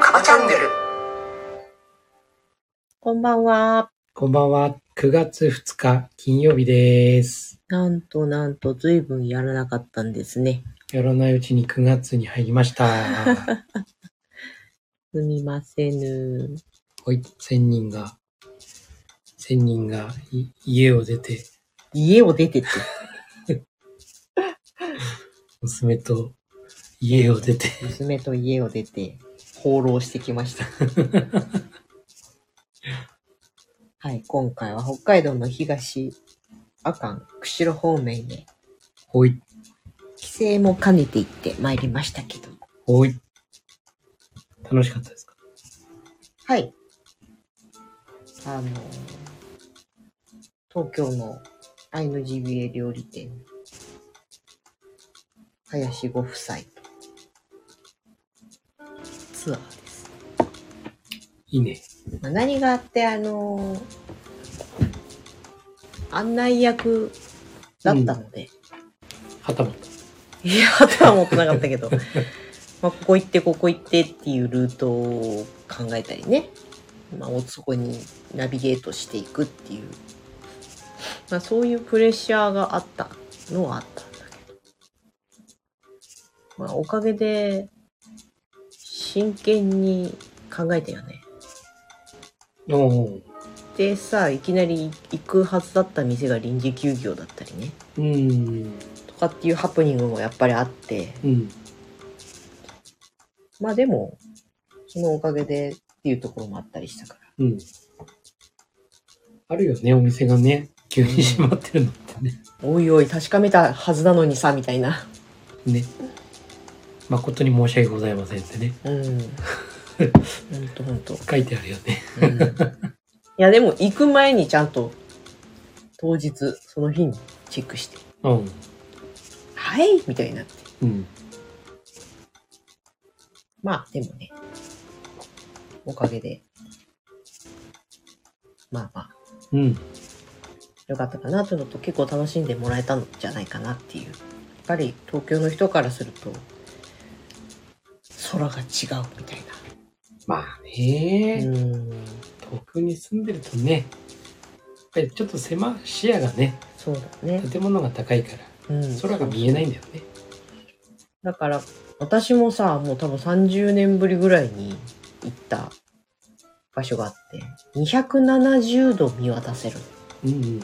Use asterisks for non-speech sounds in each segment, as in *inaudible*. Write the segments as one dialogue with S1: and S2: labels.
S1: カバチャンネル
S2: こんばんは。
S3: こんばんは。9月2日金曜日です。
S2: なんとなんと随分やらなかったんですね。
S3: やらないうちに9月に入りました。
S2: すみませぬ。
S3: ほい、1000人が、1000人がい家を出て、
S2: 家を出てって。
S3: 娘と家を出て、
S2: 娘と家を出て、放浪してきました。 *laughs* はい、今回は北海道の東、阿寒、釧路方面へ、
S3: ほい、
S2: 帰省も兼ねて行ってまいりましたけど。
S3: ほい。楽しかったですか
S2: はい。あの、東京の INGBA 料理店、林ご夫妻とツアーです。
S3: いいね。
S2: まあ、何があって、あの、案内役だったので、
S3: はたまた。
S2: いや、とは思ってなかったけど、まあ、ここ行って、ここ行ってっていうルートを考えたりね、まあ、そこにナビゲートしていくっていう、まあ、そういうプレッシャーがあったのはあったんだけど、まあ、おかげで、真剣に考えたよね。
S3: おー
S2: でさ、いきなり行くはずだった店が臨時休業だったりね、
S3: うーん、
S2: とかっていうハプニングもやっぱりあって、
S3: うん、
S2: まあでも、そのおかげでっていうところもあったりしたから。
S3: うん。あるよね、お店がね、急に閉まってるのってね。
S2: おいおい、確かめたはずなのにさ、みたいな。
S3: ね。誠に申し訳ございませんってね。
S2: うん。ほんとほんと。
S3: 書いてあるよね。
S2: うん、いや、でも行く前にちゃんと、当日、その日にチェックして、
S3: うん。
S2: はいみたいになって。
S3: うん。
S2: まあ、でもね、おかげで、まあまあ、
S3: うん。
S2: よかったかなというのと結構楽しんでもらえたんじゃないかなっていうやっぱり東京の人からすると空が違うみたい
S3: まあ
S2: な、
S3: ね、
S2: うん
S3: 東京に住んでるとね、やっぱりちょっと狭視野がね、
S2: そうだね、
S3: 建物が高いから、
S2: うん、
S3: 空が見えないんだよね。
S2: だから私もさもう多分30年ぶりぐらいに行った場所があって270度見渡せる
S3: うんうんうんうん。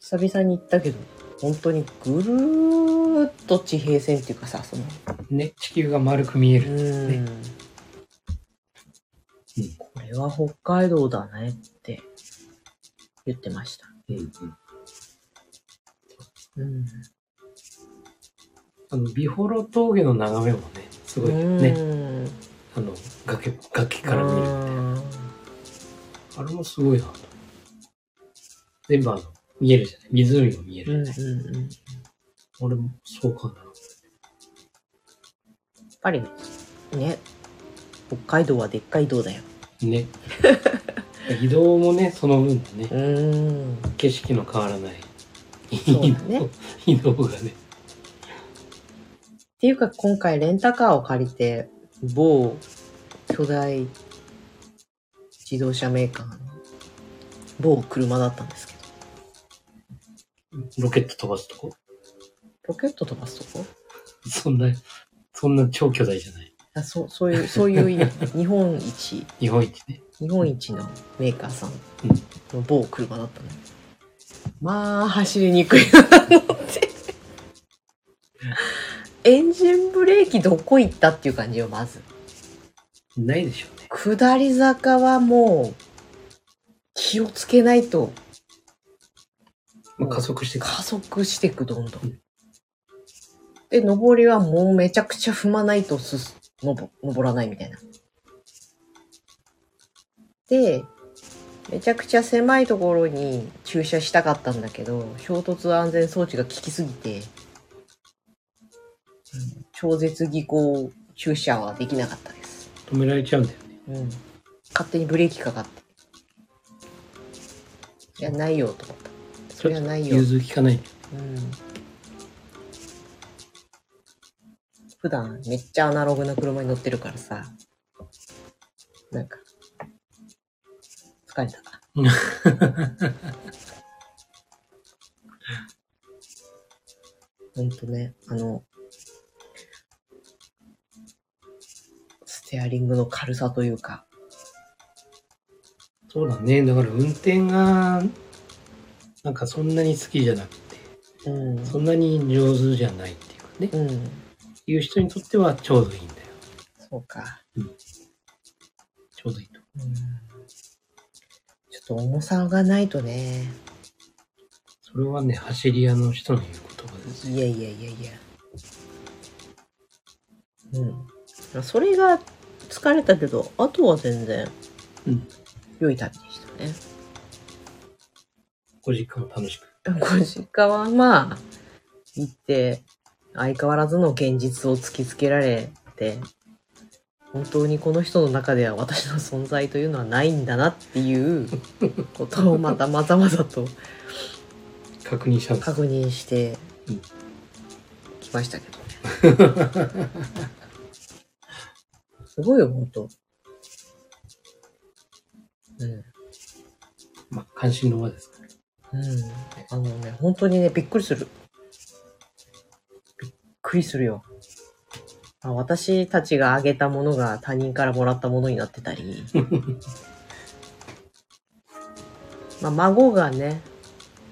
S2: 久々に行ったけど本当にぐるーっと地平線っていうかさその
S3: ね、地球が丸く見える。
S2: うん
S3: うん
S2: これは北海道だねって言ってました。
S3: うんうん、
S2: うん。
S3: あの、美幌峠の眺めもね、すごいよ
S2: う
S3: ね。
S2: ん。
S3: あの、崖、崖から見る。
S2: うん
S3: あれもすごいなと。全部あの、見えるじゃない湖も見え
S2: う
S3: る
S2: ん
S3: じゃない、
S2: うんうん。やっ
S3: 俺もそうかな。
S2: ぱりね、北海道はでっかい道だよ。
S3: ね。 *laughs* 移動もね、その分だね。
S2: うん。
S3: 景色の変わらない
S2: そうだね
S3: *laughs* 移動がね。
S2: っていうか今回レンタカーを借りて某巨大自動車メーカーの某車だったんですけど、
S3: ロケット飛ばすとこ
S2: ロケット飛ばすとこ
S3: そんな、そんな超巨大じゃない。
S2: あそうそういう、そういう *laughs* 日本一、
S3: 日本一ね。
S2: 日本一のメーカーさんの某車だったのよ。まあ、走りにくいなと思って。 *laughs* エンジンブレーキどこ行ったっていう感じよ、まず。
S3: ないでしょうね。
S2: 下り坂はもう、気をつけないと
S3: まあ、加速してく
S2: 加速していく、どんど
S3: うんん。
S2: で、上りはもうめちゃくちゃ踏まないとすす、のぼ、登らないみたいな。で、めちゃくちゃ狭いところに駐車したかったんだけど、衝突安全装置が効きすぎて、うん超絶技巧駐車はできなかったです。
S3: 止められちゃうんだよね。
S2: うん。勝手にブレーキかかって。いや、ないよと思った。それはないよ
S3: 融。通きかない。
S2: うん普段めっちゃアナログな車に乗ってるからさ、なんか、疲れた。ほんとね、あの、ステアリングの軽さというか、
S3: そうだね。だから運転が、なんかそんなに好きじゃなくて、
S2: うん、
S3: そんなに上手じゃないっていうかね。
S2: うん、
S3: いう人にとってはちょうどいいんだよ。
S2: そうか。
S3: ちょうどいいと。
S2: うん、ちょっと重さがないとね、
S3: それはね、走り屋の人の言う言葉です。
S2: いやいやいやいや。うんまあ。それが疲れたけど、あとは全然
S3: うん。
S2: 良い旅でしたね。
S3: ご実家も楽しく。
S2: ご実家はまあ、行って、相変わらずの現実を突きつけられて、本当にこの人の中では私の存在というのはないんだなっていうことをまたまざまざと
S3: 確認したんです。
S2: 確認して
S3: うん
S2: きましたけどね。
S3: *laughs*
S2: すごいよ、本当。うん。
S3: まあ、関心の輪ですから。
S2: うん。あのね、本当にね、びっくりする。びっくりするよ。あ私たちがあげたものが他人からもらったものになってたり。まあ、孫がね、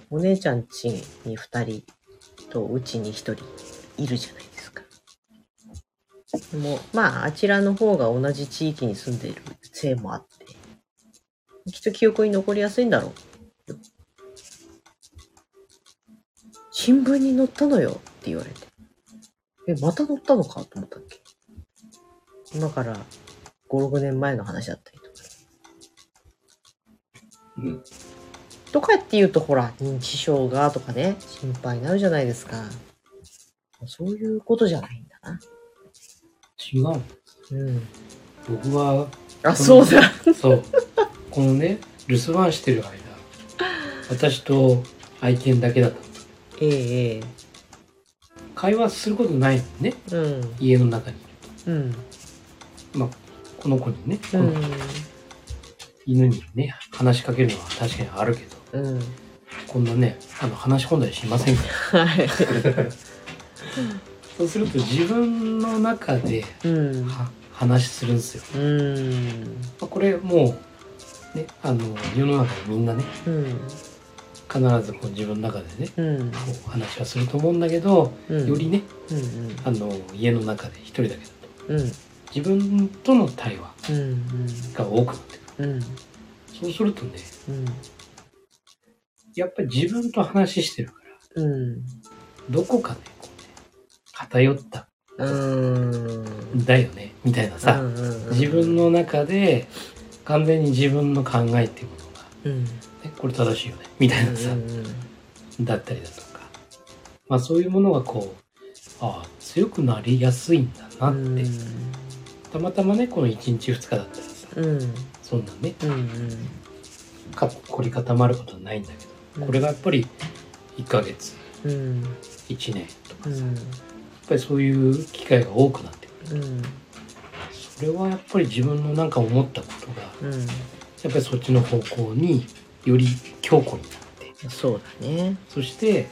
S2: お姉ちゃんちに2人とうちに1人いるじゃないですか。でもまあ、あちらの方が同じ地域に住んでいるせいもあって、きっと記憶に残りやすいんだろう。新聞に載ったのよって言われて。え、また載ったのかと思ったっけ今から5、6年前の話だったりとか。
S3: うん。
S2: とかって言うとほら、認知症がとかね、心配になるじゃないですか。そういうことじゃないんだな。
S3: 違う。
S2: うん。
S3: 僕は、
S2: あ、そうだ。
S3: そう。このね、留守番してる間、私と愛犬だけだったんです。
S2: えええ
S3: 会話することないのね。
S2: え。うん。
S3: 家の中にいる
S2: うん。
S3: と。まあ、この子にね、
S2: う
S3: この
S2: ん。
S3: 犬にね、話しかけるのは確かにあるけど、
S2: うん。
S3: こんなね、あの、話し込んだりしませんから。
S2: はい。
S3: そうすると自分の中で、
S2: うん。
S3: は話するんですよ。
S2: うん。
S3: まあこれもう、ね、あの、世の中でみんなね、
S2: うん。
S3: 必ずこう自分の中でね、
S2: うん。
S3: こう話はすると思うんだけど、
S2: うん。
S3: よりね、
S2: うん。
S3: あの、家の中で一人だけだと、
S2: うん。うん。
S3: 自分との対話
S2: うん。
S3: が多くなってくる。
S2: うん。
S3: そうするとね、
S2: うん。
S3: やっぱり自分と話してるから、
S2: うん。
S3: どこかね、こうね、偏った
S2: うーん
S3: んだよね、みたいなさ、
S2: うんうんうん
S3: 自分の中で、完全に自分の考えっていうものが、
S2: うん
S3: ね、これ正しいよね、みたいなさ、
S2: うんうん
S3: だったりだとか、まあそういうものがこう、ああ、強くなりやすいんだなって、たまたまね、この1日2日だったらさ、
S2: うんうん
S3: そんなね、
S2: うん
S3: か凝り固まることはないんだけ
S2: うん
S3: ど、これがやっぱり1ヶ月、
S2: うん
S3: 1年とか
S2: う
S3: さ、やっ
S2: ん
S3: ぱりそういう機会が多くなってくる。
S2: うん
S3: それはやっぱり自分のなんか思ったことが、
S2: うん
S3: やっぱりそっちの方向により強固になって、
S2: そうだね
S3: そして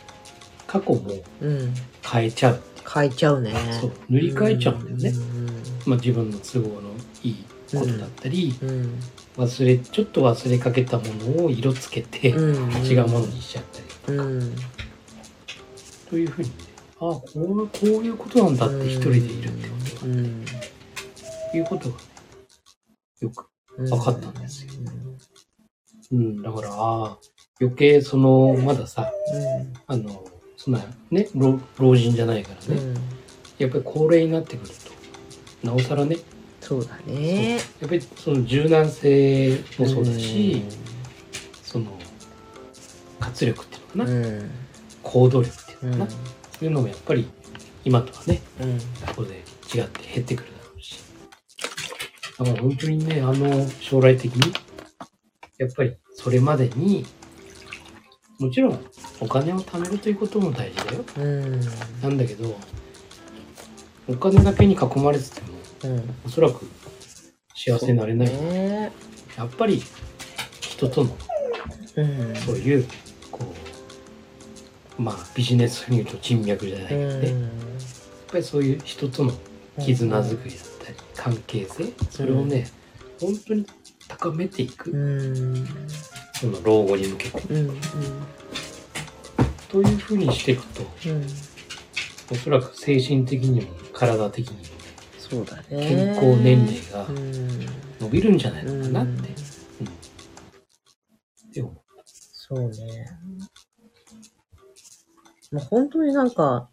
S3: 過去も
S2: うん
S3: 変えちゃうっていう。
S2: 変えちゃうね
S3: そう塗り替えちゃうんだよね
S2: うん
S3: まあ、自分の都合のいいことだったり、
S2: うん
S3: 忘れちょっと忘れかけたものを色つけて、
S2: うんうん
S3: 違うものにしちゃったり
S2: うん
S3: というふうにねああこうこういうことなんだって一人でいるってこと
S2: う
S3: だ
S2: ん
S3: いうことがねよく、
S2: うん
S3: わかったんですようん、だからああ余計そのまださあのそんなね老老人じゃないから
S2: うん
S3: ね、
S2: うん
S3: やっぱり高齢になってくるとなおさらね
S2: そうだね
S3: やっぱりその柔軟性もそうだし、その活力っていうのかな、
S2: うんうん
S3: 行動力ってい
S2: う
S3: うのか
S2: ん
S3: な、そういうのもやっぱり今とはね
S2: うん
S3: ここで違って減ってくるだろうしだから本当にね、あの、将来的に、やっぱりそれまでに、もちろんお金を貯めるということも大事だよ。
S2: うん
S3: なんだけど、お金だけに囲まれてて
S2: う
S3: も、
S2: ん
S3: おそらく幸せになれない。
S2: ね
S3: やっぱり人との
S2: うん
S3: そういう、こう、まあビジネス風に言うと人脈じゃないけどね、やっぱりそういう人との絆づくりだったり、関係性、それをね、本当に高めていく。
S2: うん
S3: その老後に向けて。
S2: うんうん
S3: というふうにしていくと、
S2: うん
S3: おそらく精神的にも体的にもね、
S2: そうだね
S3: 健康年齢が
S2: うん
S3: 伸びるんじゃないのかなって。
S2: うん
S3: うんでも、
S2: そうね。まあ、本当になんか、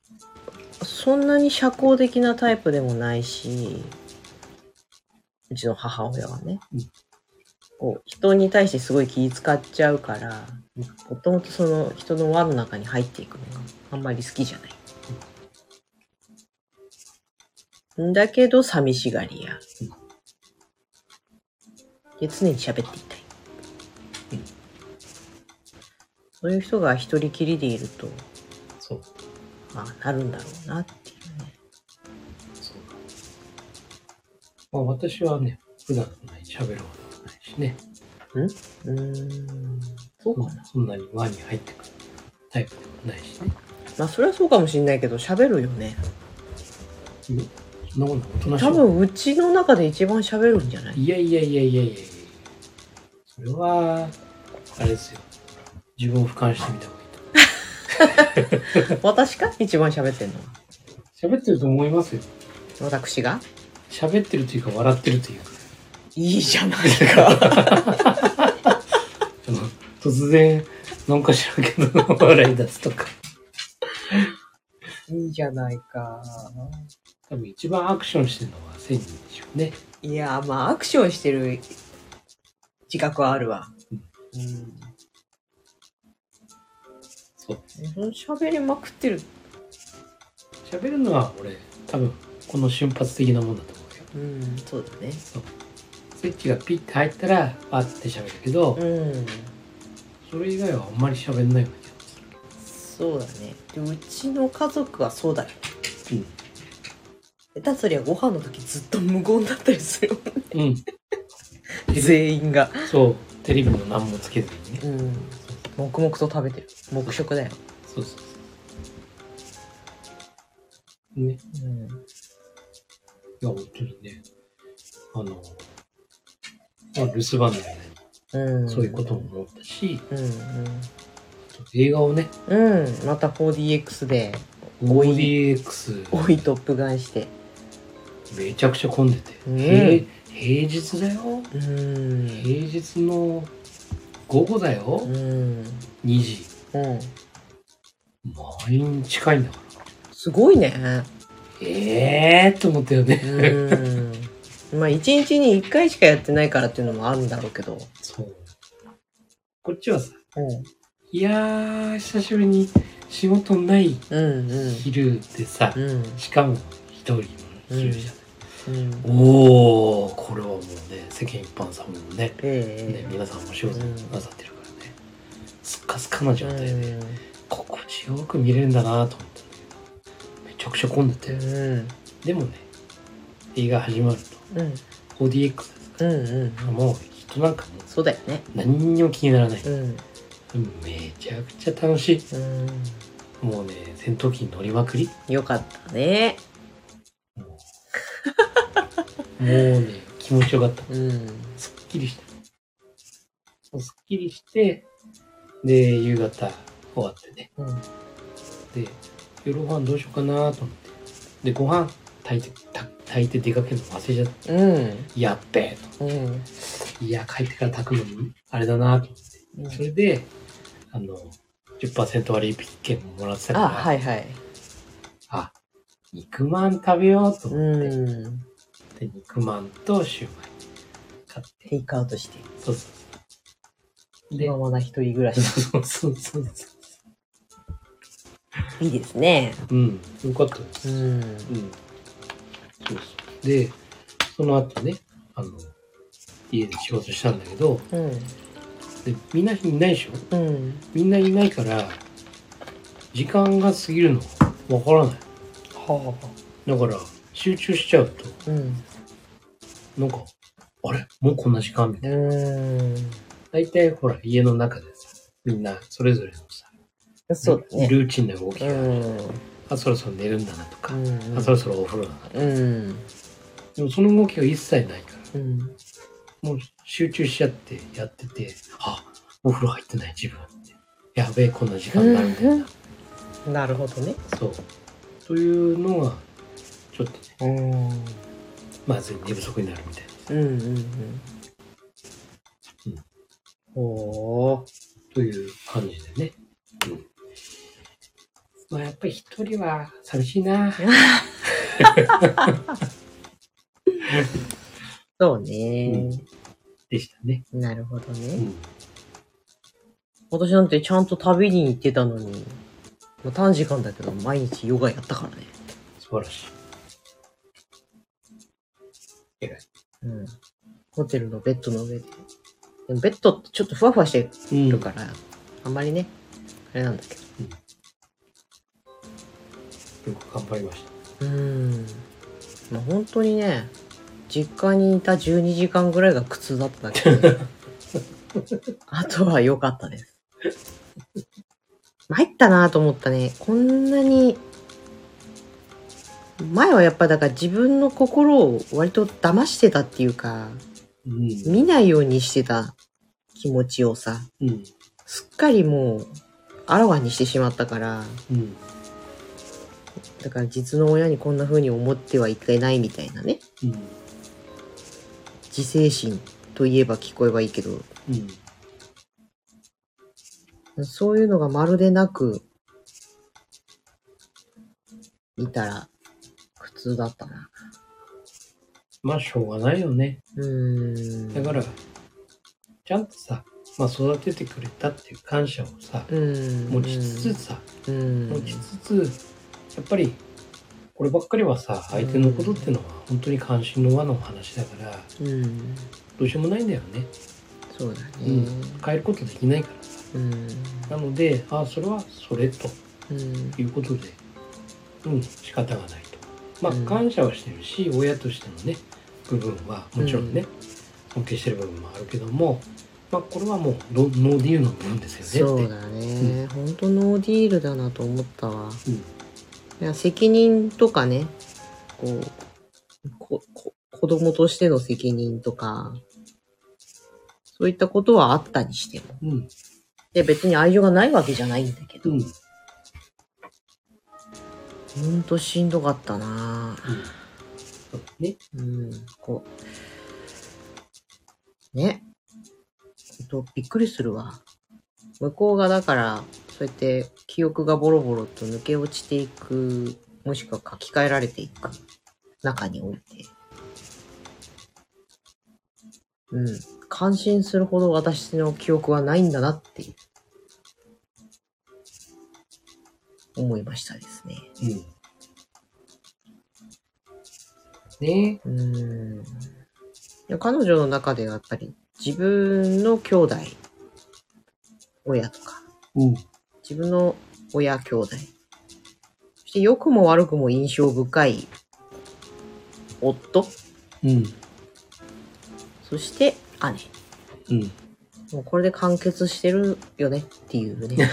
S2: そんなに社交的なタイプでもないし、うちの母親はね
S3: うん、
S2: こう人に対してすごい気使っちゃうから、もともとその人の輪の中に入っていくのがあんまり好きじゃない。んだけど寂しがり屋。で、常に喋っていたい。そういう人が一人きりでいると、
S3: そう、
S2: まあ、なるんだろうなっていうね。
S3: そうだ。まあ私はね、普段そんなに喋ることもないしね、
S2: うーん、そうかな。
S3: そんなに輪に入ってくるタイプでもないしね。
S2: まあ、それはそうかもしれないけど、喋るよね。
S3: うんそんなことないおとなしい
S2: 多分、うちの中で一番喋るんじゃない
S3: いやいやいやいやいやいやそれは、あれですよ。自分を俯瞰してみた方がいいと
S2: 私か一番喋ってんのは。
S3: 思う。喋ってると思いますよ。
S2: 私が
S3: 喋ってるというか、笑ってるというか。
S2: いいじゃないか。
S3: あの突然、なんか知らんけど、笑い出すとか。
S2: *laughs* いいじゃないか。
S3: *laughs* 多分一番アクションしてるのは千人でしょうね。
S2: いや、まあ、アクションしてる自覚はあるわ。うん。
S3: そう。
S2: 喋りまくってる。
S3: 喋るのは俺、多分、この瞬発的なもんだと思うよ。
S2: うん、そうだね。
S3: スイッチがピッて入ったら、バッて喋るけど、
S2: うん。
S3: それ以外はあんまり喋んないような気がす
S2: そうだねでうちの家族はそうだよ
S3: る。
S2: 下手すりゃご飯の時ずっと無言だったりするよ
S3: うん。うん。
S2: 全員が
S3: そう。テレビも何もつけずにね。
S2: うん黙々と食べてる黙食だよ、
S3: そうそうそう。ね。
S2: うん、
S3: いや、本当にね。あの、まあ、留守番の間
S2: うん
S3: に、そういうことも思ったし、
S2: うん
S3: 映画をね、
S2: うん、うん、また 4DX でおい
S3: ODX、
S2: 多いトップガンして
S3: めちゃくちゃ混んでて、
S2: うん
S3: 平平日だよ。
S2: うん
S3: 平日の午後だよ
S2: う。ん
S3: 2時。
S2: うん
S3: 毎日近いんだから。
S2: すごいね
S3: ええーと思ったよね。
S2: うんまあ一日に一回しかやってないからっていうのもあるんだろうけど
S3: そう。こっちはさ、
S2: うん
S3: いやー、久しぶりに仕事ない
S2: うんうん
S3: 昼でさ、
S2: うん
S3: しかも一人の昼じゃない、
S2: うん
S3: おおこれはもうね世間一般さんもねね
S2: ええ
S3: 皆さんも仕事なさってるからねスッカスカな状態で、
S2: うん
S3: 心地よく見れるんだなと思ったんだけどめちゃくちゃ混んでて、
S2: うん
S3: でもね映画始まる
S2: うん
S3: と 4DX ですか
S2: うんうん
S3: らもう人なんかもう
S2: そうだよね
S3: 何にも気にならない、
S2: うん
S3: めちゃくちゃ楽しい
S2: うん
S3: もうね戦闘機に乗りまくり
S2: よかったね
S3: もうもうね気持ちよかった
S2: うん
S3: すっきりした。もうすっきりして、で、夕方終わってね。
S2: うん
S3: で、夜ご飯どうしようかなと思って。で、ご飯炊いて、た炊いて出かけるの忘れちゃっ
S2: うん
S3: た。やっべえ
S2: うん
S3: と。いや、帰ってから炊くのもあれだなと思って。それで、あの、10%割引券ももらってたから、
S2: あはいはい
S3: あ肉まん食べようと
S2: う
S3: 思って、
S2: ん
S3: で肉まんとシューマイ買って、
S2: テイクアウトして
S3: そうそうそう。で
S2: 今、まだ一人暮らし
S3: そうそうそうそう。
S2: いいですね
S3: うん、よかったです。
S2: ん
S3: うん。そうそう。で、その後ね、あの家で仕事したんだけど
S2: うん
S3: でみんないないでしょ
S2: うん
S3: みんないないから時間が過ぎるのわからない
S2: は
S3: だから集中しちゃうと
S2: あうん
S3: なんかあれもうこんな時間みたいな
S2: うん
S3: 大体ほら家の中でさみんなそれぞれのさ
S2: そうだね
S3: ルーチンな動き
S2: う
S3: が、
S2: ん
S3: あそろそろ寝るんだなとか、
S2: うん
S3: あそろそろお風呂だ
S2: う
S3: な
S2: ん
S3: でもその動きが一切ないから
S2: うん
S3: もう集中しちゃってやってて、あ、お風呂入ってない自分って。やべえ、こんな時間になるんだよな。
S2: なるほどね
S3: そう。というのが、ちょっとね、
S2: うん
S3: まずい寝不足になるみたいな。
S2: うんうんうんおー
S3: という感じでね。うん。まあやっぱり一人は寂しいな。
S2: そうね、
S3: でしたね。
S2: なるほど
S3: う
S2: ね
S3: ん。
S2: 私なんてちゃんと旅に行ってたのに、まあ、短時間だけど毎日ヨガやったからね
S3: 素晴らしい。偉い。
S2: うんホテルのベッドの上で。でもベッドってちょっとふわふわして
S3: うん
S2: るから、あんまりね、あれなんだけ
S3: よく頑張りました。
S2: ど。うん。まあ本当にね、実家にいた12時間ぐらいが苦痛だっただけで、あとは良かったです。参ったなと思ったね。こんなに、前はやっぱだから自分の心を割と騙してたっていうか、
S3: うん。
S2: 見ないようにしてた気持ちをさ、
S3: うん。
S2: すっかりもう、あらわにしてしまったから、
S3: うん。
S2: だから実の親にこんな風に思ってはいけないみたいなね。
S3: うん。
S2: 自制心といえば聞こえはいいけど、
S3: うん。
S2: そういうのがまるでなく、見たら、苦痛だったな。
S3: まあ、しょうがないよね。
S2: うーん。
S3: だから、ちゃんとさ、まあ、育ててくれたっていう感謝をさ、
S2: うーん。
S3: 持ちつつさ、
S2: うん、
S3: 持ちつつ、やっぱり、こればっかりはさ、相手のことってのは、本当に関心の輪の話だから、
S2: うん。
S3: どうしようもないんだよね。
S2: そうだね。
S3: うん変えることできないからさ。
S2: うん。
S3: なので、ああ、それはそれと
S2: うん。
S3: いうことで、うん、仕方がないと。ま
S2: うん
S3: あ、感謝はしてるし、親としてのね、部分は、もちろんね、尊敬してる部分もあるけども、まあ、これはもう、ノノーディールの部分ですよねって。
S2: そうだね。ほんとノーディールだなと思ったわ。
S3: うん
S2: いや責任とかねこうここ子供としての責任とかそういったことはあったにしても
S3: うん、
S2: で別に愛情がないわけじゃないんだけ
S3: う
S2: ど、
S3: ん、うん。
S2: ほんとしんどかったな
S3: そうだね。
S2: うんこうねほんとびっくりするわ向こうがだからそうやって記憶がボロボロと抜け落ちていくもしくは書き換えられていく中においてうん感心するほど私の記憶はないんだなっていう思いましたですね
S3: うん。ね
S2: うーんで彼女の中ではやっぱり自分の兄弟、親とか、
S3: うん。
S2: 自分の親兄弟、そして良くも悪くも印象深い夫、
S3: うん。
S2: そして
S3: うん。
S2: 姉。もうこれで完結してるよねっていうね。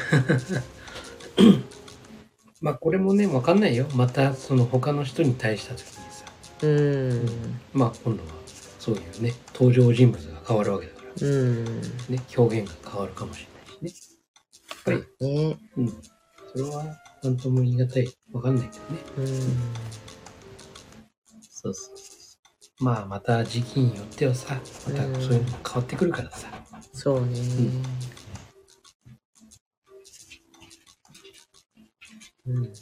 S3: まあこれもね、わかんないよ。またその他の人に対した時にさ、
S2: うーん。
S3: まあ今度はそういうね、登場人物が変わるわけだから、
S2: うーん。
S3: ね、表現が変わるかもしれないしね。やっぱ
S2: ね。
S3: り、うん。それは何とも言い難い。わかんないけどね。
S2: うーん。
S3: そうそうそう。まあまた時期によってはさ、またそういうのも変わってくるからさ。
S2: そうね。うん。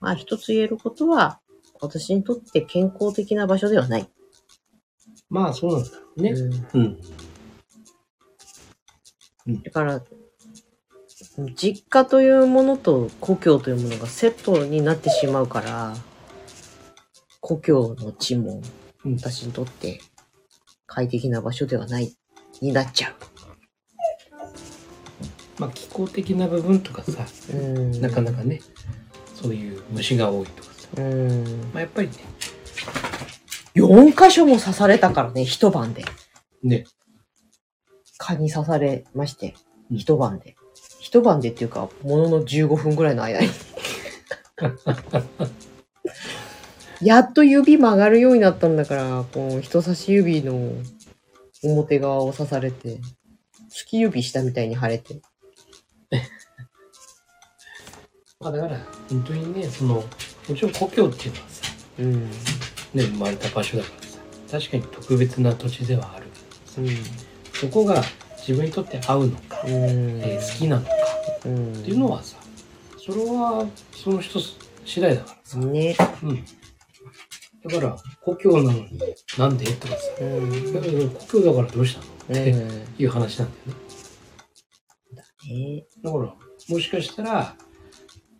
S2: まあ一つ言えることは、私にとって健康的な場所ではない。
S3: まあそうなんだろうね。
S2: うん
S3: うん。
S2: だから、実家というものと故郷というものがセットになってしまうから、故郷の地も、
S3: ううん
S2: 私にとって快適な場所ではないになっちゃ
S3: まあ、気候的な部分とかさ、
S2: う。うん
S3: なかなかねそういう虫が多いとかさ、
S2: うん。
S3: まあ、やっぱりね
S2: 4箇所も刺されたからね、一晩で。
S3: ね
S2: 蚊に刺されまして、
S3: うん
S2: 一晩で。一晩でっていうか、ものの15分ぐらいの
S3: *laughs*
S2: 間に。やっと指曲がるようになったんだから、こう、人差し指の表側を刺されて、突き指したみたいに腫れて。
S3: まあ、だから本当にねそのもちろん故郷っていうのはさ、
S2: うん。
S3: ね、生まれた場所だからさ確かに特別な土地ではあるけどさ、
S2: うん。
S3: そこが自分にとって合うのか、
S2: うん。
S3: えー好きなのか
S2: うん。っ
S3: っていうのはさそれはその人次第だからさ、
S2: ね。
S3: うん、だから故郷なのになんでとかさ
S2: うん。
S3: いやいや故郷だからどうしたの
S2: うん。
S3: っていう話なんだよね。
S2: ね
S3: だから、もしかしたら、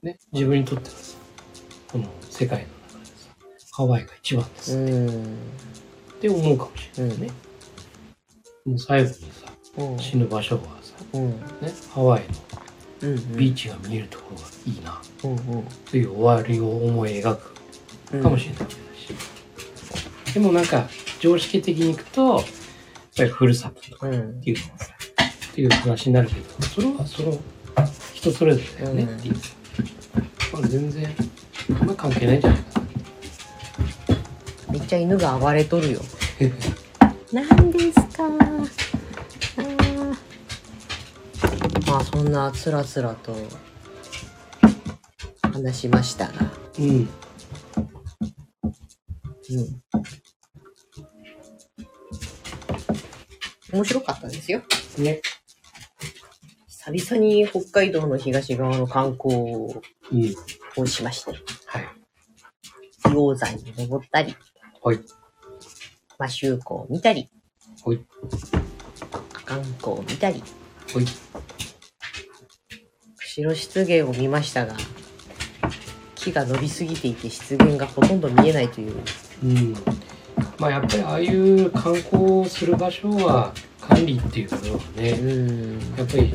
S3: ね、自分にとってはさ、この世界の中でさ、ハワイが一番です、
S2: うん。
S3: って思うかもしれないね。もう最後にさ、
S2: うん。
S3: 死ぬ場所はさ、
S2: うん。
S3: ね、ハワイ
S2: うん。
S3: のビーチが見えるところがいいな、
S2: うんうん。
S3: という終わりを思い描くかもしれないし。でもなんか、常識的にいくと、やっぱりふるさととか
S2: れない。うん
S3: っ。ていうのはさ、っていう話になるけど、それはその人それぞれだよねっていう。まあ全然、あんま関係ないんじゃないかな。
S2: めっちゃ犬が暴れと *laughs* るよ。なんですかまあそんなつらつらと話しましたが、
S3: うん。
S2: うん、面白かったですよ。
S3: ね。
S2: 久々に北海道の東側の観光
S3: うん。
S2: をしまして、
S3: はい。
S2: 硫黄山に登ったり、
S3: はい。
S2: 摩周湖を見たり、
S3: はい。
S2: 阿寒湖を見たり、
S3: はい。
S2: 釧路湿原を見ましたが木が伸びすぎていて湿原がほとんど見えないという
S3: うん。まあやっぱりああいう観光をする場所は管理っていうのはね、
S2: ん
S3: やっぱり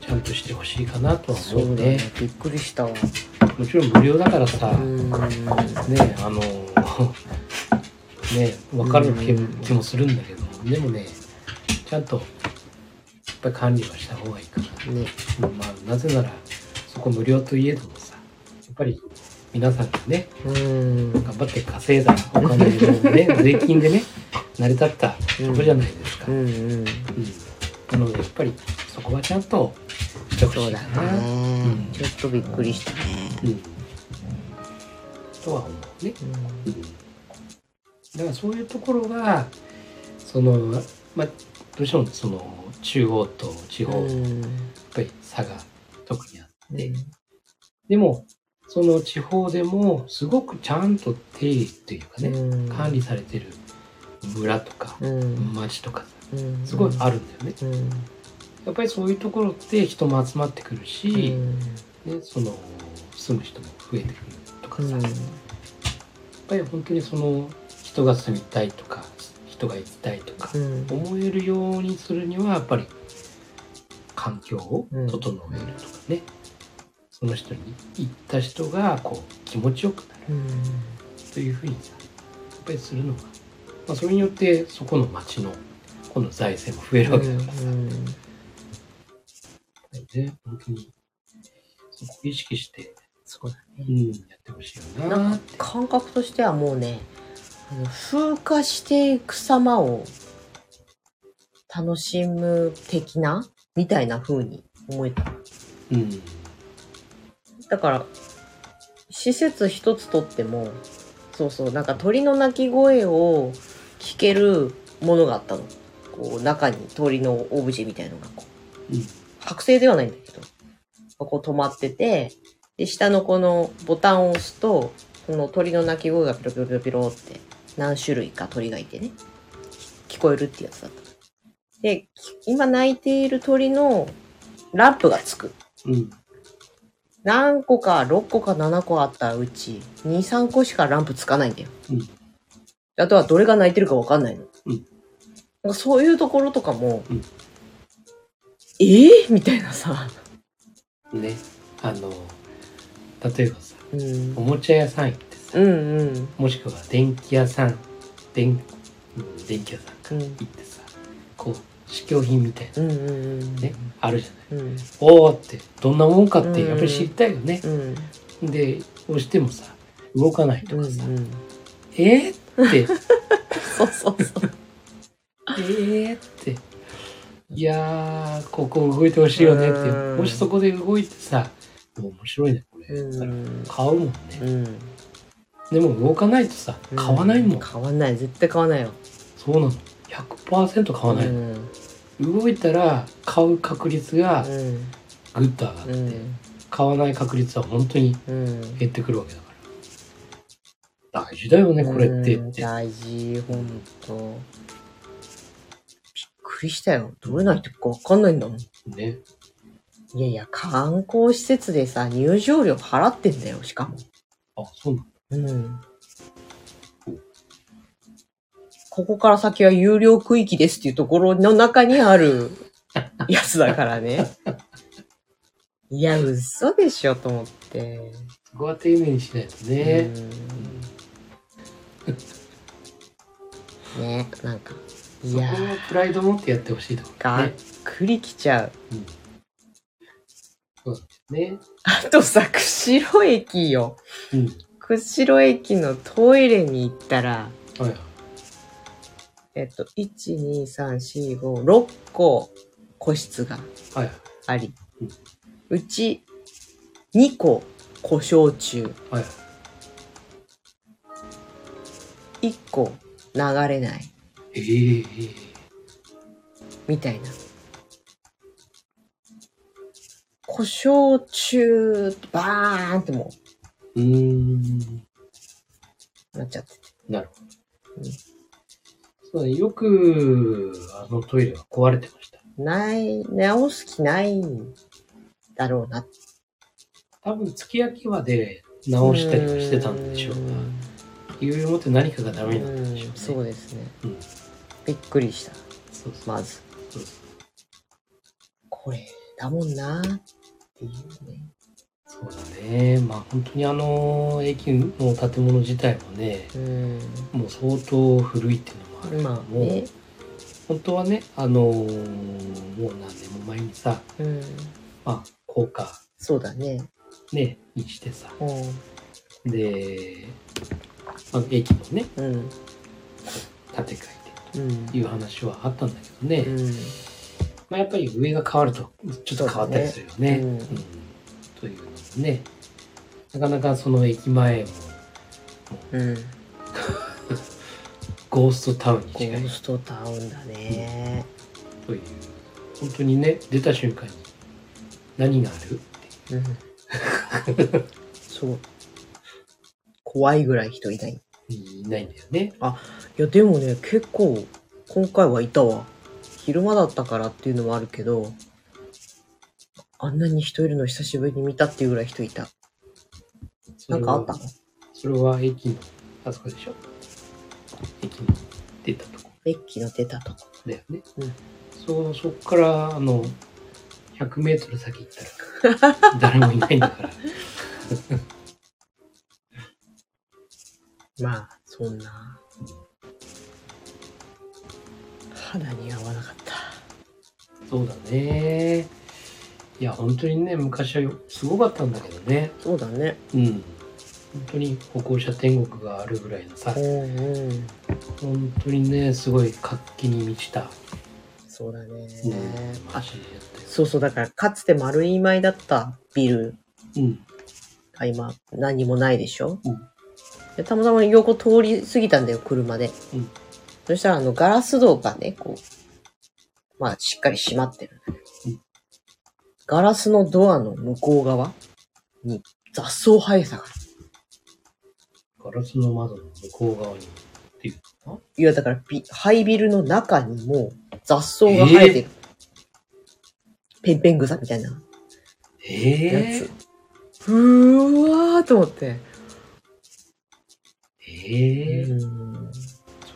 S3: ちゃんとしてほしいかなとは
S2: そ
S3: 思う
S2: うね
S3: ね。
S2: びっくりしたわ
S3: もちろん無料だからさ、
S2: うん
S3: ねあの *laughs* ね分かる気,、
S2: うん
S3: 気もするんだけどでもねちゃんとやっぱり管理はした方がいいか
S2: ね
S3: な、まあ、なぜならそこ無料といえどもさやっぱり皆さんがね
S2: うん
S3: 頑張って稼いだお金の
S2: *laughs*
S3: ね税金でね成り立ったとこじゃないですか、
S2: うんうん
S3: うんなのでやっぱりそこはちゃんとしてほ
S2: そ
S3: し
S2: う
S3: い
S2: だ
S3: かな
S2: ね、
S3: うん
S2: ちょっとびっくりしたね、
S3: うんとは思うね
S2: うん
S3: だからそういうところがそのまあどうしてもその中央と地方、やっ
S2: うん
S3: ぱり差が特にあって、でもその地方でもすごくちゃんと定理というかね、
S2: うん
S3: 管理されてる村とか
S2: うん
S3: 町とか
S2: うん
S3: すごいあるんだよね、
S2: うん
S3: やっぱりそういうところって人も集まってくるし、ね、その住む人も増えてくるとか
S2: う
S3: さ、
S2: ん
S3: やっぱり本当にその人が住みたいとか人が行きたいとか、
S2: うん
S3: 思えるようにするにはやっぱり環境を整えるとかね、その人に行った人がこう気持ちよくなる
S2: うん
S3: というふうにさやっぱりするのが、まあ、それによってそこの町のこの財政も増えるわけだからさ、
S2: うん
S3: ね本当にそこを意識して、
S2: そうだね
S3: うん、やってほしいよな
S2: なんか感覚としてはもうねあの風化していく様を楽しむ的なみたいな風に思えた
S3: うん
S2: だから施設一つとってもそうそうなんか鳥の鳴き声を聞けるものがあったのこう中に鳥のオブジェみたいのがこう
S3: うん
S2: 剥製ではないんだけど、こう止まってて、で、下のこのボタンを押すと、その鳥の鳴き声がピロピロピロピロって、何種類か鳥がいてね、聞こえるってやつだった。で、今鳴いている鳥のランプがつく。
S3: うん
S2: 何個か6個か7個あったうち、2、3個しかランプつかないんだよ。
S3: うん
S2: あとはどれが泣いてるかわかんないの。
S3: うん
S2: なんかそういうところとかも、
S3: うん
S2: えー、みたいなさ、
S3: ねあの例えばさ
S2: うん、
S3: おもちゃ屋さん行ってさ、
S2: うんうん
S3: もしくは電気屋さん電うん電気屋さん
S2: う
S3: か
S2: ん
S3: 行ってさこう試供品みたい
S2: うんうんうん
S3: なねあるじゃない
S2: うん
S3: おおってどんなもんかって
S2: うん
S3: やっぱり知りたいよね、
S2: うん
S3: で押してもさ動かないと
S2: うんう
S3: かさ、
S2: ん
S3: えー、
S2: *laughs*
S3: って
S2: そうそうそう
S3: えーっていやーここ動いてほしいよねって
S2: うん
S3: もしそこで動いてさ面白いねこれ、
S2: うん
S3: 買うもんね、
S2: うん
S3: でも動かないとさ買わないもん、
S2: う買わない絶対買わないよ
S3: そうなの100%買わない、
S2: うん
S3: 動いたら買う確率が
S2: うん
S3: ぐっと上がって、
S2: うん
S3: 買わない確率は本当に
S2: うん
S3: 減ってくるわけだから大事だよねこれって
S2: うん
S3: って
S2: 大事ほんとびっくりしたよどれ泣いてるかわかんないんだもん
S3: ね
S2: いやいや観光施設でさ入場料払ってんだよしかも
S3: あそうなの
S2: うんここから先は有料区域ですっていうところの中にあるやつだから
S3: *laughs*
S2: ね。いや、嘘でしょと思って。
S3: そこは丁寧にしないとね、
S2: うんね、なんか、い
S3: そこ
S2: や
S3: はプライド持ってやってほしいところ
S2: がっ
S3: ね
S2: くりきちゃう。
S3: そうなんだよね
S2: *laughs* あとさ、釧路駅よ。
S3: うん
S2: 釧路駅のトイレに行ったら、
S3: はいはい
S2: えっと、1,2,3,4,5,6個個室が
S3: はいはい
S2: あり
S3: うん、
S2: うち2個故障中、
S3: はいはい
S2: 1個流れない、
S3: ええ
S2: みたいな。故障中、バーンっても
S3: うーん
S2: うなっちゃってて。
S3: なるほ
S2: うん
S3: どそうねよくあのトイレが壊れてました
S2: ない、直す気ないんだろうな。
S3: 多分月焼き場で直したりはしてたんでしょうが余裕を持って何かがダメになったんでしょうね
S2: うんそうですね。
S3: うん
S2: びっくりした。
S3: そうそう
S2: まず。
S3: そう
S2: これだもんなっていうね。
S3: そうだねまあ本当にあの駅の建物自体もね
S2: う
S3: もう相当古いっていうのもあるけ
S2: ん。
S3: ど
S2: まあ
S3: も、
S2: ね。
S3: 本当はねあのーもう何年も前にさ
S2: うん。
S3: まあ高架
S2: そうだね。
S3: ねにしてさ
S2: う
S3: で、まあ、駅のね
S2: ん。うん。
S3: 建て替
S2: う
S3: えて
S2: ん。
S3: いう話はあったんだけどね、
S2: うん。
S3: まあ、やっぱり上が変わるとちょっと変わったりするよ
S2: そ
S3: ね。
S2: うだねうん
S3: というのもねなかなかその駅前も
S2: うん。
S3: ゴーストタウンに
S2: ゴ
S3: 近い
S2: ーストタウンだね。
S3: という本当にね出た瞬間に何があるって
S2: うん。そう。怖いぐらい人いない。い
S3: いないんだよね。
S2: や、でもね、結構、今回はいたわ。昼間だったからっていうのもあるけど、あんなに人いるの久しぶりに見たっていうぐらい人いた。
S3: そ
S2: な
S3: れ
S2: ん
S3: は
S2: かあったの
S3: それは駅のあそこでしょ駅の出たとこ
S2: ベッキーの出たとこ。
S3: だよね。
S2: うん
S3: そうそこからあの100メートル先行ったら誰もいないん
S2: *laughs*
S3: だから。
S2: まあ、そんな。肌に合わなかった。
S3: そうだね。いや、本当にね、昔はよすごかったんだけどね。
S2: そうだね。
S3: うん。本当に歩行者天国があるぐらいのさ
S2: う、んうん。
S3: 本当にね、すごい活気に満ちた、
S2: そうだね。
S3: うん、
S2: あ、
S3: 街だったよ
S2: そうそう、だから、かつて丸い米だったビル
S3: うん。
S2: が今、何もないでしょ、
S3: うん
S2: でたまたま横通り過ぎたんだよ、車で。
S3: うん
S2: そしたら、あの、ガラス戸がね、こう、まあ、しっかり閉まってる。
S3: うん
S2: ガラスのドアの向こう側に雑草生えてたから。
S3: ガラスの窓の向こう側に。
S2: いや、だからビ、ハイビルの中にも雑草が生えてる。ペンペン草みたいなや
S3: え
S2: つ。うーわーと思って。
S3: えええ
S2: うん
S3: こ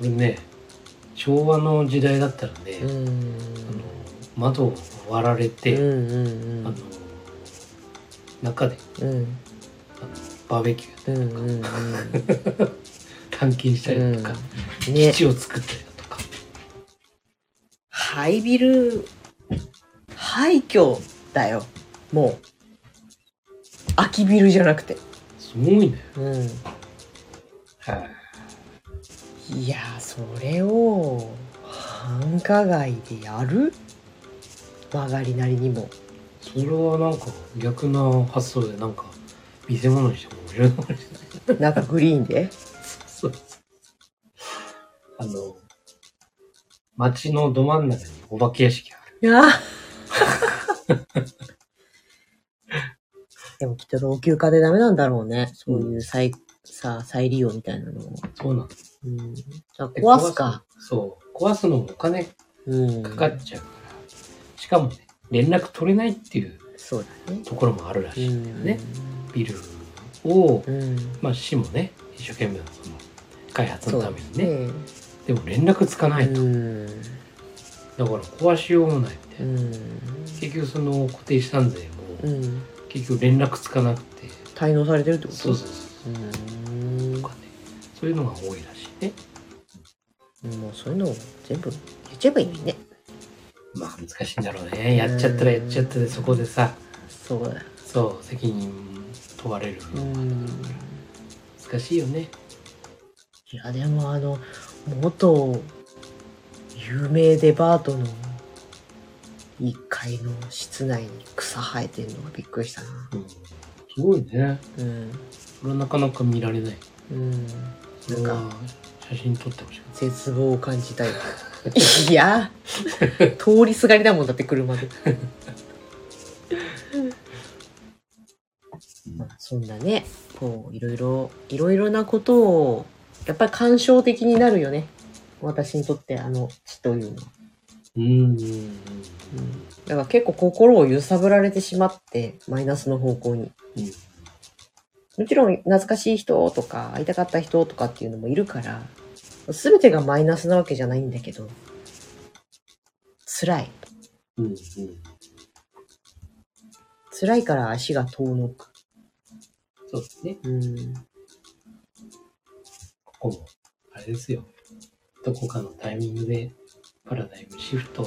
S3: れね昭和の時代だったらね、
S2: う
S3: あの
S2: ん
S3: 窓を割られて、
S2: うんうん
S3: あの中で
S2: うんうん
S3: あのバーベキュー
S2: うんうん
S3: 監禁したりとか、
S2: うん *laughs*
S3: 基
S2: ね
S3: 地を作ったりだとか、
S2: ハイビル廃墟だよもう空きビルじゃなくて、
S3: すごいね。
S2: うん、
S3: はい
S2: やーそれを繁華街でやる *laughs* 曲がりなりにも
S3: い、それはなんか逆な発想でなんか見せ物にしても面白いかもしれない。
S2: なんかグリーンで
S3: そうそうあの街のど真ん中にお化け屋敷がある。
S2: いや *laughs* でもきっと老朽化でダメなんだろうね。そういう再、さ、再利用みたいなのも。
S3: そうなんです。
S2: うん。じゃあ
S3: で
S2: 壊すか。。
S3: 壊そう壊すのもお金
S2: うん。
S3: かかっちゃうから、しかもね連絡取れないっていう
S2: そうだね。
S3: ところもあるらしいんだよね、ビルを、
S2: うん。うん。
S3: まあ、市もね一生懸命その開発
S2: そう
S3: のた
S2: だ
S3: めにねでも連絡つかないと、
S2: うん。
S3: だから壊しようもないみた
S2: う
S3: いな、
S2: ん。
S3: 結局その固定資産税
S2: う
S3: も
S2: ん。
S3: 結局連絡つかなくて、
S2: 滞納されてるってこと。
S3: そうそううそう
S2: うん。
S3: とかねそういうのが多いらしいね
S2: もうそういうのを全部やっちゃえばいいのにね。
S3: まあ難しいんだろうねやっちゃったらやっちゃったでそこでさ
S2: そうだ。
S3: そう責任問われるのが
S2: ん。
S3: 難しいよね、
S2: いやでもあの元有名デパートの1階の室内に草生えてるのがびっくりしたな
S3: うん、すごいね
S2: うん
S3: それはなかなか見られない
S2: うん
S3: それは写真撮ってほしい
S2: 絶望を感じたよ *laughs* いや通りすがりだもんだって車でまあそんなねこういろいろいろいろなことをやっぱり感傷的になるよね私にとってあの地というのは
S3: うん
S2: だから結構心を揺さぶられてしまって、マイナスの方向に。もちろん懐かしい人とか、会いたかった人とかっていうのもいるから、すべてがマイナスなわけじゃないんだけど、辛い。
S3: うんうん
S2: 辛いから足が遠のく。
S3: そうですね
S2: うん。
S3: ここもあれですよどこかのタイミングでパラダイムシフト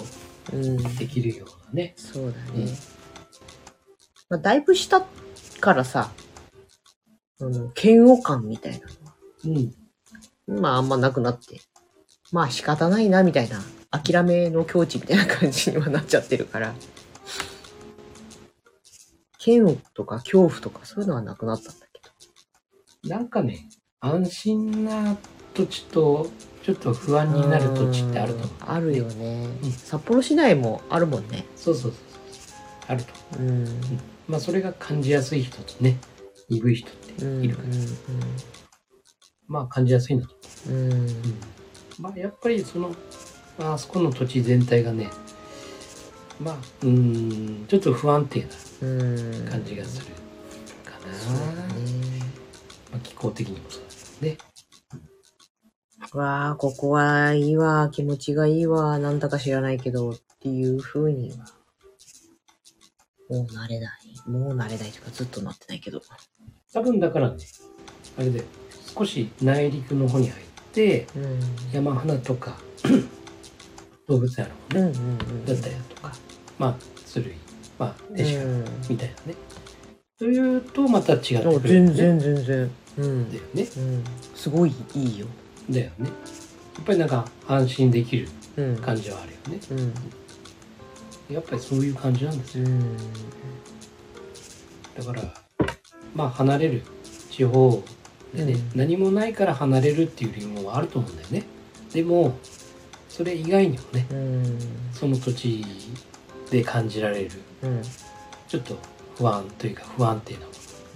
S2: うん。
S3: できるようなね
S2: そうだ
S3: うん
S2: ね。まあ、だいぶしたからさ、あの、嫌悪感みたいなのは
S3: うん
S2: まああんまなくなって、まあ仕方ないなみたいな、諦めの境地みたいな感じにはなっちゃってるから、嫌悪とか恐怖とかそういうのはなくなったんだけ
S3: なんかね安心な土地とちょっと不安
S2: ど。
S3: になる土地ってあると思う
S2: あるよね、
S3: うん
S2: 札幌市内もあるもんね。
S3: そうそうそうそうあると
S2: うん。
S3: まあそれが感じやすい人とね鈍い人って
S2: うん。
S3: いるから、まあ感じやすいんだと
S2: うん。うん。
S3: まあやっぱりその、まああそこの土地全体がねまあうーんちょっと不安定
S2: うん。
S3: な感じがするか
S2: そ
S3: な、
S2: うだね。
S3: まあ、気候的にもそうだね
S2: わあ、ここはいいわ、気持ちがいいわ、なんだか知らないけど、っていう風には、もう慣れない。もう慣れないというか、ずっとなってないけど。
S3: 多分だからねあれで少し内陸の方に入って
S2: うん。
S3: 山花
S2: *clears throat*
S3: とか動物園
S2: うんうんうん。
S3: だったりだとかまあ種類まあでしか
S2: うん
S3: みたいなねというとまた違ってくる
S2: あ
S3: よね
S2: 全然全然。うん
S3: だ。よね
S2: うん。すごいいいよ。
S3: だよねやっぱりなんか安心できる
S2: うん。
S3: 感じはあるよね
S2: うん。
S3: やっぱりそういう感じなんです
S2: う
S3: よ
S2: ん。
S3: だからまあ離れる地方でね、
S2: うん
S3: 何もないから離れるっていう理由もあると思うんだよねでもそれ以外にもね
S2: うん。
S3: その土地で感じられる
S2: うん。
S3: ちょっと不安というか不安定なも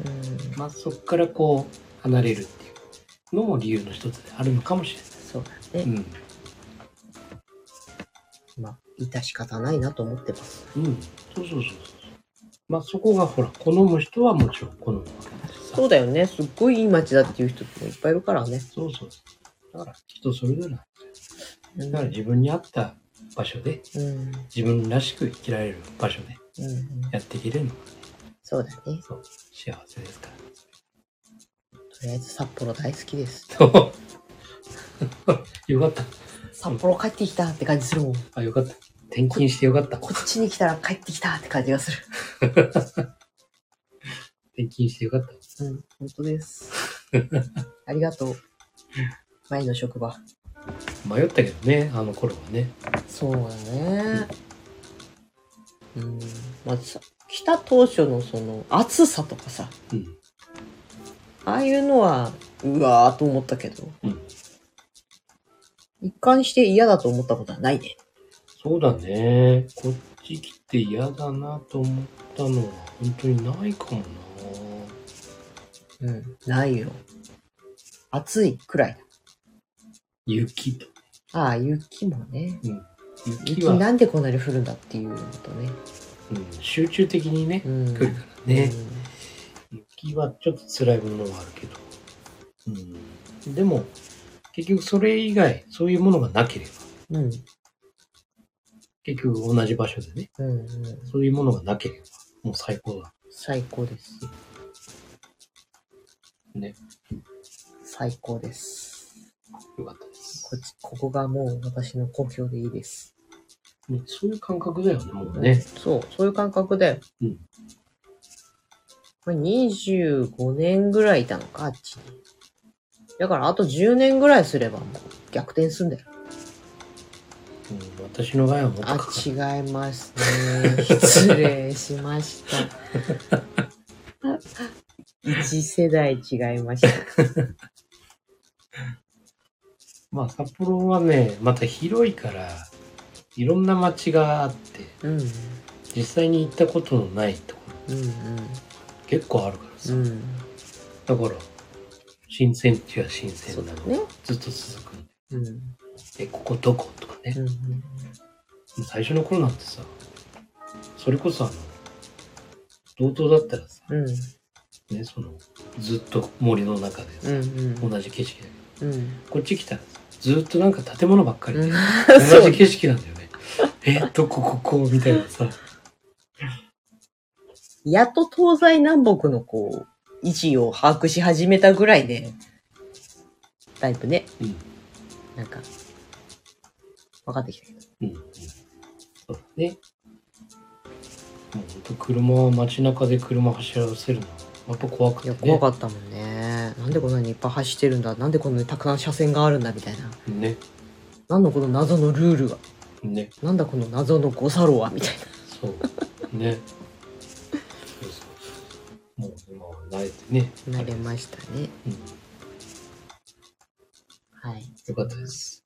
S2: うん
S3: の、まあ、そこからこう離れるっていうのも理由の一つであるのかもし
S2: そうだ
S3: れ
S2: ね。
S3: ない、
S2: まあ、致し方ないなと思ってます。
S3: うん、うん、そうそうそうそうまあそこがほら好む人はもちろん好むわけだしさ
S2: そうだよね。すっごいいい街だっていう人もいっぱいいるからね。
S3: そうそうそう。だから人それぞれなん
S2: う
S3: で
S2: ん
S3: だから自分に合った場所で、
S2: うん
S3: 自分らしく生きられる場所で
S2: うん
S3: やっていけるのが
S2: そうだね。
S3: そう幸せですから。
S2: とりあえず札幌大好きです。
S3: そう *laughs* よかった。
S2: 札幌帰ってきたって感じするもん。
S3: あ、よかった。転勤してよかった。
S2: こっちに来たら帰ってきたって感じがする。
S3: 転勤してよかった。
S2: うん、本当 *laughs* です。ありがとう。前の職場。
S3: 迷ったけどね、あの頃はね。
S2: そうだね。うん、まずさ、来た当初のその暑さとかさ、
S3: うん。
S2: ああいうのは、うわーと思ったけど、
S3: うん
S2: 一貫して嫌だと思ったことはないね。
S3: そうだね。こっち来て嫌だなと思ったのは本当にないかもな。
S2: うん、ないよ。暑いくらい
S3: 雪と。
S2: だ。ああ、雪もね。
S3: うん。雪
S2: 雪
S3: は、
S2: なんでこんなに降るんだっていうのとね。
S3: うん、集中的にね、
S2: うん。
S3: 来るからね。雪はちょっと辛いものはあるけど。うん。でも、結局それ以外、そういうものがなければ、
S2: うん。うん。
S3: 結局同じ場所でね、
S2: うん、うん。
S3: そういうものがなければ、もう最高だ。
S2: 最高です。
S3: ね。
S2: 最高です。
S3: よかったです。
S2: こっち、ここがもう私の故郷でいいです。
S3: ねそういう感覚だよね、もうね。
S2: そう、そういう感覚だよ。
S3: うん。
S2: これ25年ぐらいいたのか、あっちに。だからあと10年ぐらいすればもう逆転すんだよ。
S3: うん、私の場合はもっと
S2: あ
S3: かか、る
S2: 違います *laughs* ね。失礼しました。一世代違いました。
S3: まあ、札幌はね、また広いから、いろんな街があって、
S2: うん。うん
S3: 実際に行ったことのないところ、結構あるから
S2: う
S3: さ。
S2: ん。うん。
S3: だから、新鮮地は新
S2: そうだ
S3: 鮮なの、
S2: ね。
S3: ずっと続くんで。
S2: うん。
S3: え、ここどことかね。
S2: うん。
S3: 最初の頃なんてさ、それこそあの、同等だったらさ、
S2: うん。
S3: ね、その、ずっと森の中で
S2: う
S3: さ、
S2: ん。うん。
S3: 同じ景色だけ
S2: うん。
S3: ど、こっち来たらさ、ずっとなんか建物ばっかりで、
S2: そ
S3: 同
S2: う
S3: じ景色なんだよ
S2: *laughs*
S3: ね。えっと、ここ、こう、みたいなさ。
S2: やっと東西南北のこう、位置を把握し始めたぐらいで、だいぶね、
S3: うん。
S2: なんか、分かってきたけど。
S3: うん。うんそうだね。もうほんと車、街中で車走らせるのは、やっぱ怖く
S2: い
S3: て、
S2: や、
S3: ね。
S2: 怖かったもんね。なんでこんなにいっぱい走ってるんだなんでこんなにたくさん車線があるんだみたいな。
S3: ね。
S2: なんのこの謎のルールは
S3: ね。
S2: なんだこの謎の誤差路はみたい
S3: そう。ね。そうそう。もう今は慣れてね。
S2: な。慣れましたね。
S3: うん。
S2: はい。
S3: よかったです。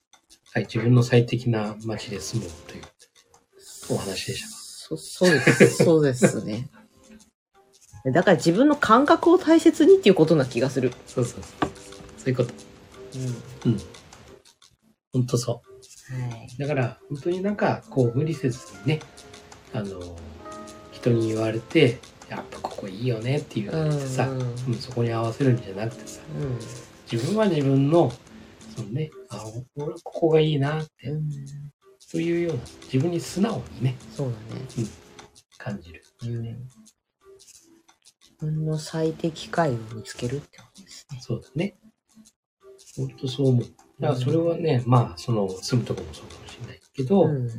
S3: はい、自分の最適な街で住もうというお話でした。
S2: そ、そうです。そうですね。 *laughs* だから自分の感覚を大切にっていうことな気がする。
S3: そうそうそう。そういうこと。
S2: うん。
S3: うん。ほんとそう。
S2: はい。
S3: だから本当になんかこう無理せずにねあの人に言われてやっぱここいいよねっていうのでさ、
S2: う
S3: うん
S2: うん
S3: んそこに合わせるんじゃなくてさ
S2: うん。
S3: 自分は自分のそのねあ俺はここがいいなって、
S2: うん、
S3: というような自分に素直にね
S2: そう
S3: 感じる
S2: だね、自分の最適解を見つけるってことですね。
S3: そうだね本当そう思うだからそれはね、まあその住むとこもそうかもしれないけど、やっ
S2: ん、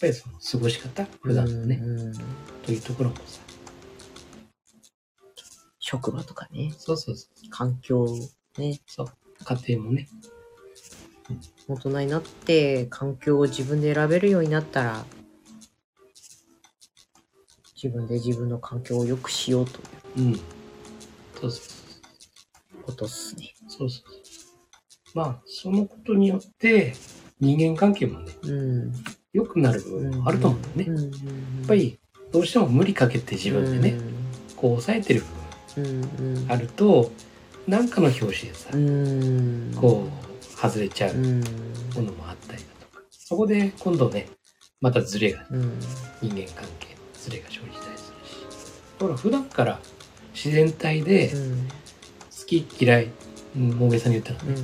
S3: ぱりその過ごし方普段のね、
S2: うん
S3: というところもさ
S2: 職場とかね、
S3: そうそうそう
S2: 環境、ね、
S3: 家庭もね
S2: 大人になって環境を自分で選べるようになったら、自分で自分の環境を良くしようとい
S3: うんそうそう
S2: うことっすね。
S3: そうそうそう。まあ、そのことによって、人間関係もね、
S2: うん。
S3: 良くなる部分もあると思うんだよね。
S2: うん
S3: や
S2: うん
S3: っぱり、どうしても無理かけて自分でね、こう抑えてる部
S2: うん。うんうん
S3: 分あると、なんかの表紙でさ
S2: う、ん。
S3: こう、外れちゃう
S2: う
S3: も
S2: ん。
S3: のもあったりだとか、そこで今度ね、またズレが、
S2: うん。
S3: 人間関係のズレが生じたりするし。だから普段から自然体で
S2: う
S3: 好
S2: ん。
S3: き嫌い、うん大げさに言ったらね、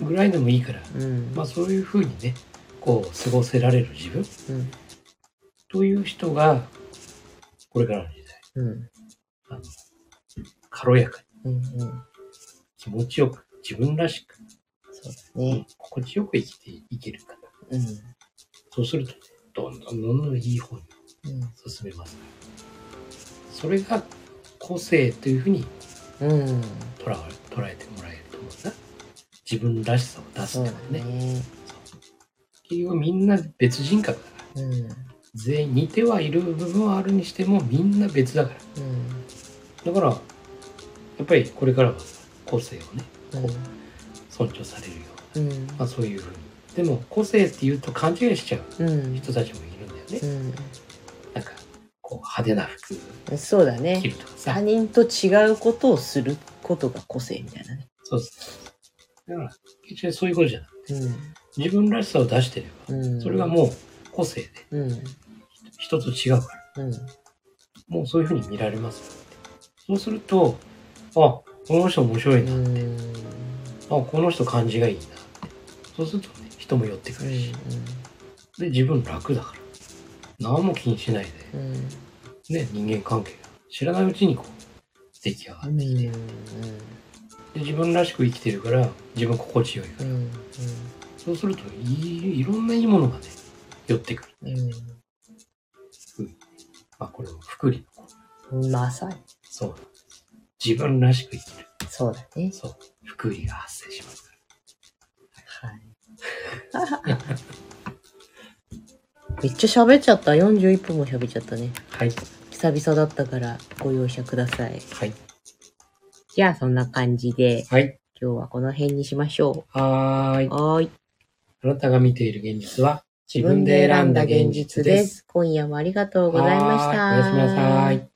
S3: ぐらいでもいいから、
S2: うん。
S3: まあそういうふうにね、こう過ごせられる自分
S2: うん
S3: という人が、これからの時代、
S2: うん
S3: あの、軽やかに、
S2: うんうん
S3: 気持ちよく、自分らしく、
S2: そうだね
S3: 心地よく生きていけるかな。
S2: うん
S3: そうするとね、どんどんどんどんいい方に進めます。それが個性というふうに
S2: うんうん
S3: 捉わ捉えてもらえると思うな。自分らしさを出す
S2: そう
S3: って
S2: だ
S3: ことね。
S2: ね
S3: 結局みんな別人格だから。
S2: うんうん
S3: 全員似てはいる部分はあるにしてもみんな別だから。だから、やっぱりこれからはさ個性をね、尊重されるよ
S2: うんうん
S3: うな、まあ、そういうふうに。でも個性って言うと勘違いしちゃう
S2: うん
S3: 人たちもいるんだよね。
S2: う
S3: なんか、こう派手な服
S2: んそうだ
S3: 着
S2: ね
S3: るとか
S2: 他
S3: さ。
S2: 人と違うことをすることが個性みたいなね
S3: そうそう。だから、結局そういうことじゃない。
S2: う
S3: 自分らしさを出してれば、
S2: んうん
S3: それがもう個性で
S2: うん
S3: 人と違うから。
S2: うん
S3: もうそういうふうに見られますよって。そうすると、あ、この人面白いな。あ、
S2: うん
S3: この人感じがいいなって。そうするとね、人も寄ってくるし。で、自分楽だから。何も気にしない
S2: うんうん
S3: で、ね、人間関係が。知らないうちにこう、出来上がる。で、自分らしく生きてるから、自分心地よいか
S2: う
S3: ら。
S2: ん
S3: そうするといい、いろんないいものがね、寄ってくる。まあ、これも福利の子。
S2: うんまさに
S3: そう。自分らしく生きる。
S2: そうだね
S3: そう。福利が発生しますから。
S2: めっちゃ喋っちゃった41分も喋っちゃったね
S3: はい。
S2: 久々だったからご容赦ください
S3: はい。
S2: じゃあそんな感じで
S3: はい。
S2: 今日はこの辺にしましょ。
S3: はーいう
S2: はーい
S3: あなたが見ている現実は自分で選んだ現実です。
S2: 今夜もありがとうございました
S3: はーいおやすみなさい。